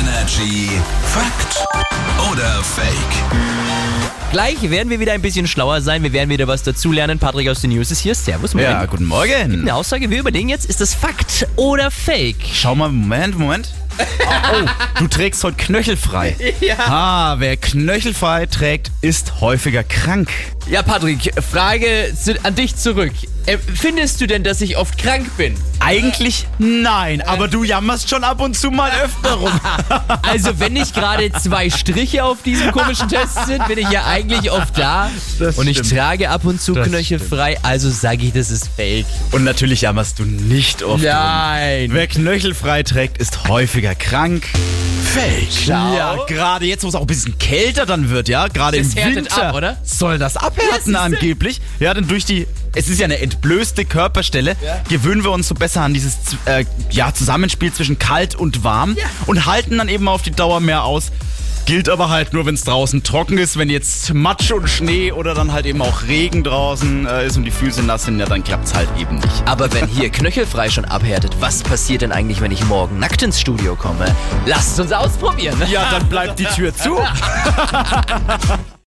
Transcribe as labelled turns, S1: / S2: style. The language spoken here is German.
S1: Energy Fakt oder Fake?
S2: Gleich werden wir wieder ein bisschen schlauer sein, wir werden wieder was dazulernen. Patrick aus den News ist hier. Servus, moin.
S3: Ja, guten Morgen.
S2: Eine Aussage, wir überlegen jetzt, ist das Fakt oder Fake?
S3: Schau mal, Moment, Moment. Oh, oh, du trägst heute knöchelfrei. Ja. Ah, wer knöchelfrei trägt, ist häufiger krank.
S4: Ja, Patrick, Frage zu, an dich zurück. Äh, findest du denn, dass ich oft krank bin?
S3: Eigentlich nein, aber du jammerst schon ab und zu mal öfter rum.
S4: Also, wenn nicht gerade zwei Striche auf diesem komischen Test sind, bin ich ja eigentlich oft da.
S3: Das
S4: und ich
S3: stimmt.
S4: trage ab und zu
S3: Das
S4: knöchelfrei, also sage ich, das ist fake.
S3: Und natürlich jammerst du nicht oft rum.
S4: Nein.
S3: Wer knöchelfrei trägt, ist häufiger krank.
S1: Fake.
S3: Ja, gerade jetzt, wo es auch ein bisschen kälter dann wird, ja, gerade im
S4: Das härtet
S3: Winter,
S4: ab, oder?
S3: soll das abhärten
S4: Ja, siehste.
S3: angeblich. Ja, denn durch die, es ist ja eine entblößte Körperstelle, gewöhnen wir uns so besser an dieses Z- äh, ja, Zusammenspiel zwischen kalt und warm und halten dann eben auf die Dauer mehr aus. Gilt aber halt nur, wenn es draußen trocken ist, wenn jetzt Matsch und Schnee oder dann halt eben auch Regen draußen äh, ist und die Füße nass sind, ja, dann klappt's halt eben nicht.
S2: Aber wenn hier knöchelfrei schon abhärtet, was passiert denn eigentlich, wenn ich morgen nackt ins Studio komme? Lasst uns ausprobieren.
S3: Ja, dann bleibt die Tür zu.